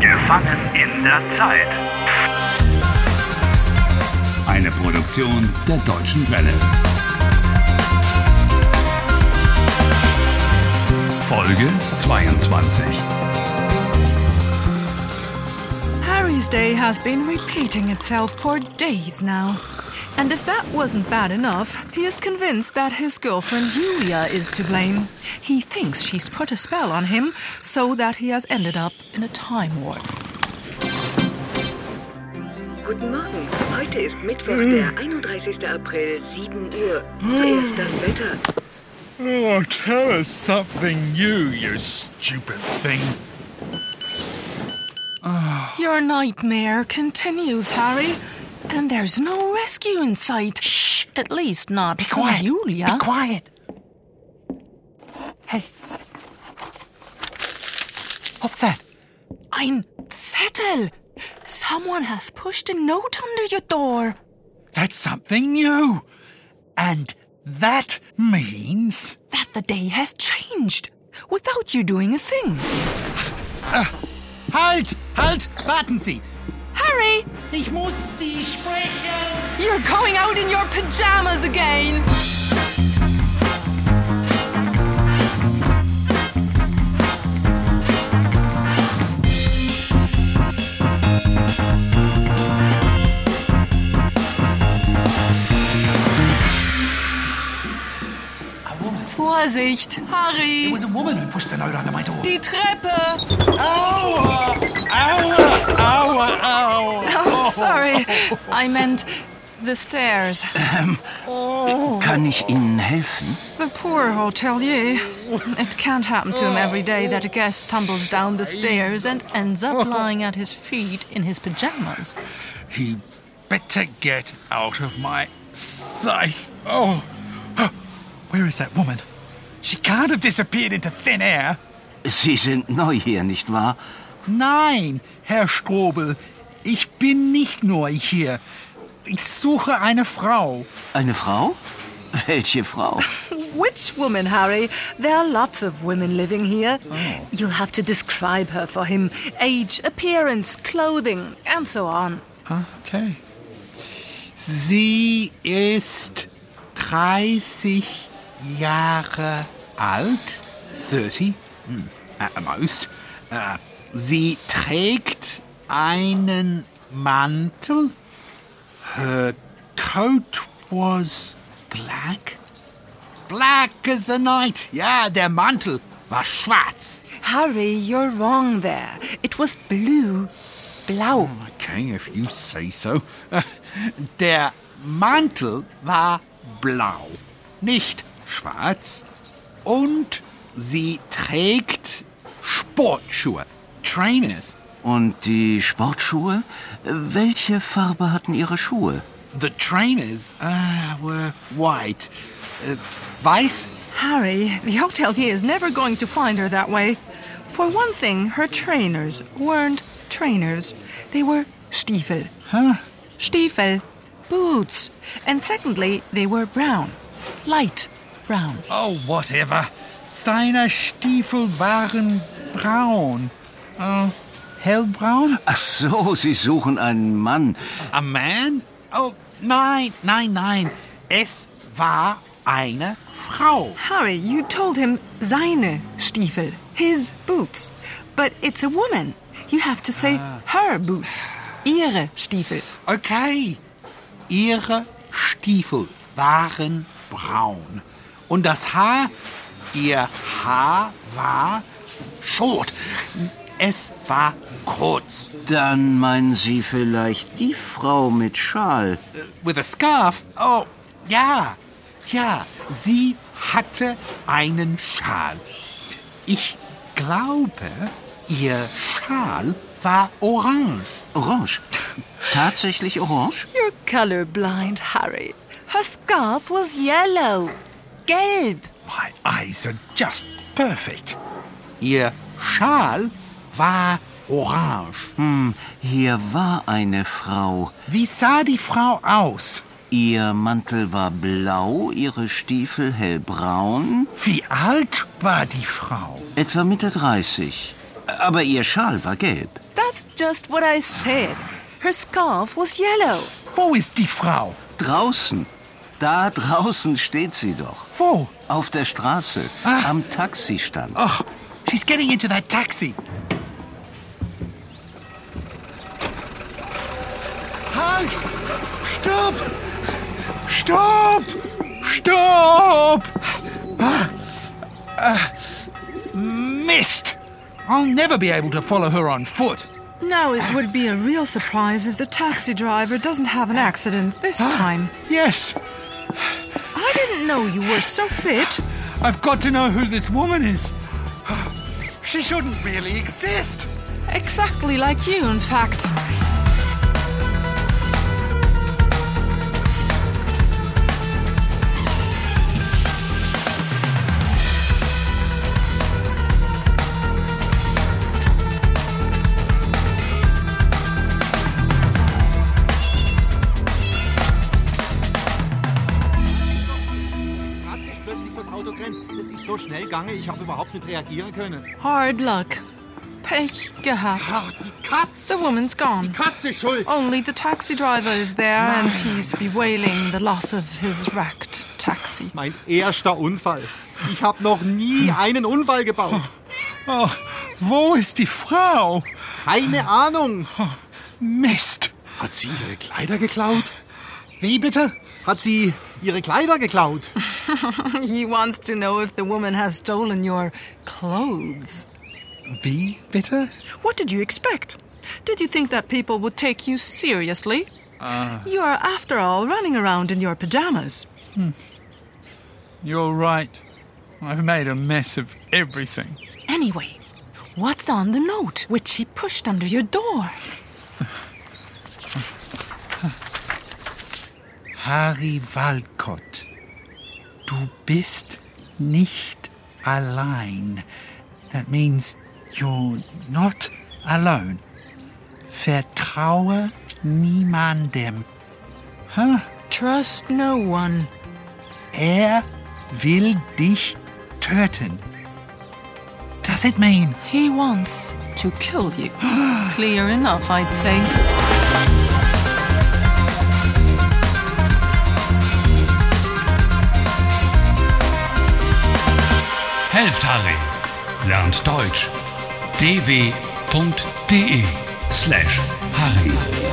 Gefangen in der Zeit. Eine Produktion der Deutschen Welle. Folge 22. Harry's day has been repeating itself for days now. And if that wasn't bad enough, he is convinced that his girlfriend Julia is to blame. He thinks she's put a spell on him so that he has ended up in a time warp. Guten Morgen. Heute ist Mittwoch, der 31. April, 7 Uhr. Zuerst das Wetter. Oh, tell us something new, you stupid thing. Your nightmare continues, Harry. And there's no rescue in sight. Shh! At least not for Julia. Be quiet. Hey. What's that? Ein Zettel! Someone has pushed a note under your door. That's something new. And that means That the day has changed. Without you doing a thing. Halt, halt, warten Sie. Harry! Ich muss Sie sprechen. You're going out in your pajamas again! A woman. Vorsicht, It Harry! was a woman who pushed the note under my door. Die Treppe! Ow! Ow! Ow! Ow! Oh, sorry. I meant the stairs. Kann ich Ihnen helfen? The poor hotelier. It can't happen to him every day that a guest tumbles down the stairs and ends up lying at his feet in his pajamas. He better get out of my sight. Oh, Where is that woman? she can't have disappeared into thin air. Sie sind neu hier, nicht wahr? Nein, Herr Strobel. Ich bin nicht neu hier. Ich suche eine Frau. Eine Frau? Welche Frau? Which woman, Harry? There are lots of women living here. Oh. You'll have to describe her for him. Age, appearance, clothing, and so on. Okay. Sie ist 30 Jahre alt. 30 hm, at the most. Äh, Sie trägt einen Mantel. Her coat was black. Black as the night. Ja, der Mantel war schwarz. Harry, you're wrong there. It was blue. Blau. Okay, if you say so. Der Mantel war blau, nicht schwarz. Und sie trägt Sportschuhe. Trainers. Und die Sportschuhe? Welche Farbe hatten Ihre Schuhe? The trainers uh, were white. Äh, weiß? Harry, the hotelier is never going to find her that way. For one thing, her trainers weren't trainers. They were Stiefel. Huh? Stiefel. Boots. And secondly, they were brown. Light brown. Oh, whatever. Seine Stiefel waren braun. Äh, hellbraun? Ach so, Sie suchen einen Mann. A man? Oh, nein, nein, nein. Es war eine Frau. Harry, you told him seine Stiefel, his boots. But it's a woman. You have to say her boots, ihre Stiefel. Okay. Ihre Stiefel waren braun. Und das Haar, ihr Haar war short. Es war kurz. Dann meinen Sie vielleicht die Frau mit Schal. With a scarf? Oh, ja. Ja, sie hatte einen Schal. Ich glaube, ihr Schal war orange. Orange. Tatsächlich orange? You're colorblind, Harry. Her scarf was yellow. Gelb. My eyes are just perfect. Ihr Schal war orange. Hm, Hier war eine Frau. Wie sah die Frau aus? Ihr Mantel war blau, Ihre Stiefel hellbraun, Wie alt war die Frau? etwa Mitte 30. Aber Ihr Schal war gelb. That That's just what I said. Her scarf was yellow. Wo ist die Frau? Draußen. Da draußen steht sie doch. Wo? Auf der Straße. Ah. Am Taxistand. Oh, she's getting into that taxi. Halt! Stopp! Stopp! Stopp! Ah, ah, Missed! I'll never be able to follow her on foot. Now it would be a real surprise if the taxi driver doesn't have an accident this time. Yes, I didn't know you were so fit. I've got to know who this woman is. Ah, She shouldn't really exist. Exactly like you, in fact. hat sich plötzlich vors Auto gerannt. Das ist so schnell gegangen, ich habe überhaupt nicht reagieren können. Hard luck. Pech gehabt. Ach, die Katze! The woman's gone. Katze ist schuld! Only the taxi driver is there and he's bewailing the loss of his wrecked taxi. Mein erster Unfall. Ich habe noch nie einen Unfall gebaut. Oh, wo ist die Frau? Keine Ahnung. Mist! Hat sie ihre Kleider geklaut? Wie bitte? Hat sie ihre Kleider geklaut? He wants to know if the woman has stolen your clothes. Wie bitte? What did you expect? Did you think that people would take you seriously? Ah. You are, after all, running around in your pajamas. You're right. I've made a mess of everything. Anyway, what's on the note which he pushed under your door? Harry Walcott, du bist nicht allein. That means you're not alone. Vertraue niemandem. Trust no one. Er will dich töten. Does it mean He wants to kill you. Clear enough, I'd say. Helft Harry. Lernt Deutsch. dw.de slash e Harry.